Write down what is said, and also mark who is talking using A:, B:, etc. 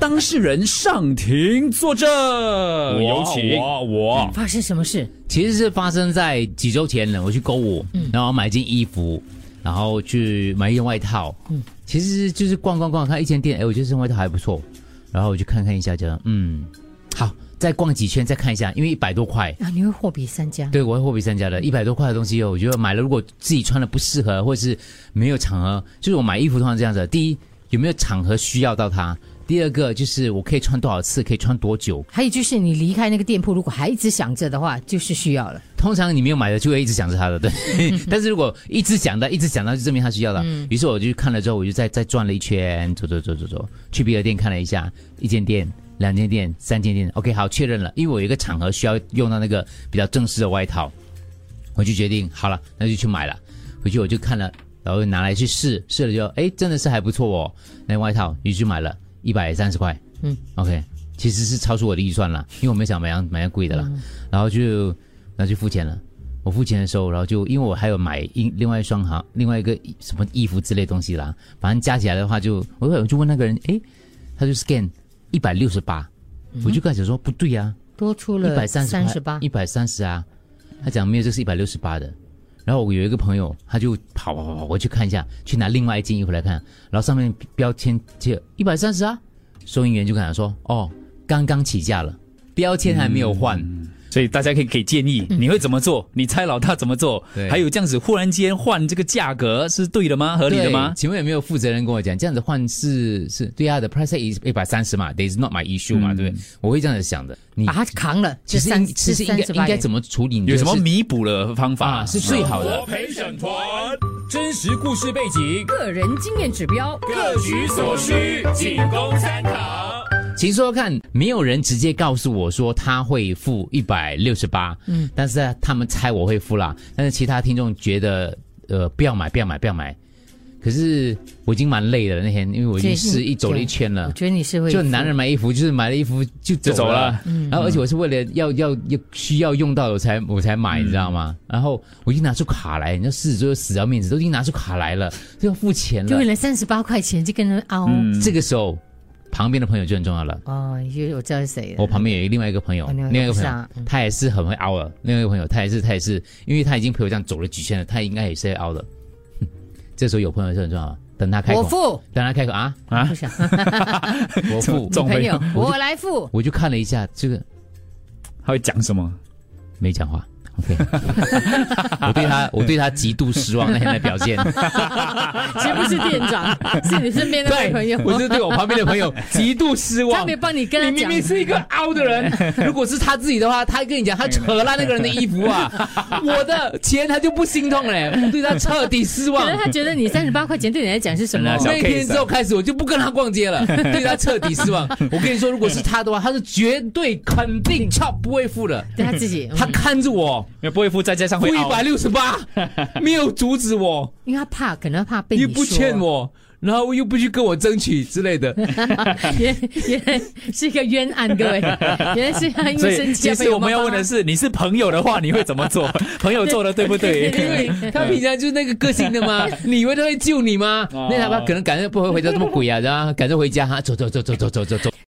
A: 当事人上庭作证。
B: 有请
A: 我我
C: 发生什么事？
D: 其实是发生在几周前了。我去购物，然后买件衣服，然后去买一件外套。嗯，其实就是逛逛逛，看一间店，哎，我觉得这件外套还不错，然后我就看看一下，觉得嗯，好，再逛几圈，再看一下，因为一百多块。
C: 啊，你会货比三家。
D: 对，我会货比三家的，一百多块的东西哦，我觉得买了，如果自己穿的不适合，或者是没有场合，就是我买衣服通常这样子的：第一，有没有场合需要到它；第二个就是我可以穿多少次，可以穿多久。
C: 还有就是你离开那个店铺，如果还一直想着的话，就是需要了。
D: 通常你没有买的就会一直想着它的，对。但是如果一直想到，一直想到，就证明它需要了。于是我就看了之后，我就再再转了一圈，走走走走走，去别的店看了一下，一间店、两间店、三间店，OK，好，确认了，因为我有一个场合需要用到那个比较正式的外套，我就决定好了，那就去买了。回去我就看了，然后拿来去试，试了就哎，真的是还不错哦，那外套，于是买了一百三十块，
C: 嗯
D: ，OK，其实是超出我的预算了，因为我没想买样买样贵的啦，然后就然后就付钱了。我付钱的时候，然后就因为我还有买一另外一双行另外一个衣什么衣服之类的东西啦，反正加起来的话就，我我就问那个人，诶，他就 scan 一百六十八，我就开始说不对呀、啊，
C: 多出
D: 一
C: 了
D: 百三
C: 三十八
D: 一，百三十啊。他讲没有，这是一百六十八的。然后我有一个朋友，他就跑跑跑跑过去看一下，去拿另外一件衣服来看，然后上面标签贴一百三十啊。收银员就跟他说：“哦，刚刚起价了，标签还没有换。
B: 所以大家可以给建议，你会怎么做？你猜老大怎么做？
D: 对
B: 还有这样子忽然间换这个价格是对的吗？合理
D: 对
B: 的吗？
D: 请问有没有负责人跟我讲，这样子换是是对啊的，price 一百三十嘛，this is not my issue
B: 嗯
D: 嘛，对不对？我会这样子想的。你
C: 把
B: 啊
C: 它扛了。
D: 其实
C: 这三
D: 应其实应该应该怎么处理？你
B: 有什么
D: 就是
B: 弥补的方法
D: 啊是最好的？
A: 陪审团，真实故事背景，
C: 个人经验指标？
A: 各取所需，仅供参考。
D: 请说说看，没有人直接告诉我说他会付一百六十八，嗯，但是他们猜我会付啦，但是其他听众觉得呃不要买，不要买，不要买。可是我已经蛮累的了那天，因为我已经
C: 这是
D: 试一走了一
C: 对
D: 圈
C: 我
D: 了。
C: 觉得你是会
D: 啊就男人买衣服，就是买了衣服就走
B: 就走
D: 了
B: 了，
D: 然后而且我是为了要要要需要用到的我才我才买，你知道吗？然后我已经拿出卡来，你知道狮子座就死要面子，都已经拿出卡来了，就要付钱
C: 就
D: 了嗯
C: 为。了三十八块钱就跟人凹。
D: 这个时候，旁边的朋友就很重要了。
C: 哦，因为我知道是谁
D: 我
C: 了。
D: 旁边有一另外一个朋友，
C: 哦另外一个
D: 另外一个朋
C: 不
D: 友
C: 是啊，
D: 他也是很会凹的。另外一个朋友，他也是他也是，因为他已经陪我这样走了几圈了，他应该也是会凹的。 哼这时候有朋友是很重要的，等他开口，
C: 我付，
D: 等他开口啊，
B: 啊
C: 不想
D: 我付，
B: 总
C: 朋
B: 没
C: 友
B: 有，
C: 我来付。
D: 我就看了一下，这个
B: 他会讲什么？
D: 没讲话。OK，我对他我对他极度失望那天的表现，
C: 其实不是店 长，是你身边那位朋友
D: 对，。我是对我旁边的朋友 极度失
C: 他
D: 望
C: 没。帮你跟
D: 你
C: 他
D: 明
C: 讲，
D: 明是一个凹的人，如果是他自己的话，他跟你讲，他扯烂那个人的衣服啊，我的钱他就不心痛嘞，我对他彻底失望 啊
C: 可。能他觉得你三十八块钱对你来讲是 什么
B: 那？小
D: 那
B: case
D: 天之后开始，我就不跟他逛街了，对他彻底失望。我跟你说，如果是他的话，他是绝对肯定 top 不会付的。
C: 对他自己，
D: 他
C: 嗯
D: 看着我
B: 因为不会付，再加上
D: 付
B: 会
D: 一
B: 凹
D: 百六十八，没有阻止我，
C: 因为他怕，可能怕被
D: 又
C: 你
D: 不欠，我，然后又不去跟我争取之类 的。
C: 原原来是一个冤案， 各位，原来是他因
B: 所
C: 为生
B: 以
C: 气。啊
B: 其实我们要问的，是，你是朋友的话，你会怎么做？朋友做的对不对？
D: 因为 他平常就是那个个性的嘛，你以为他会救你吗？
B: 哦
D: 啊那他可能感觉不会回家这么鬼啊，然后赶着回家，哈，走走走走走走走走。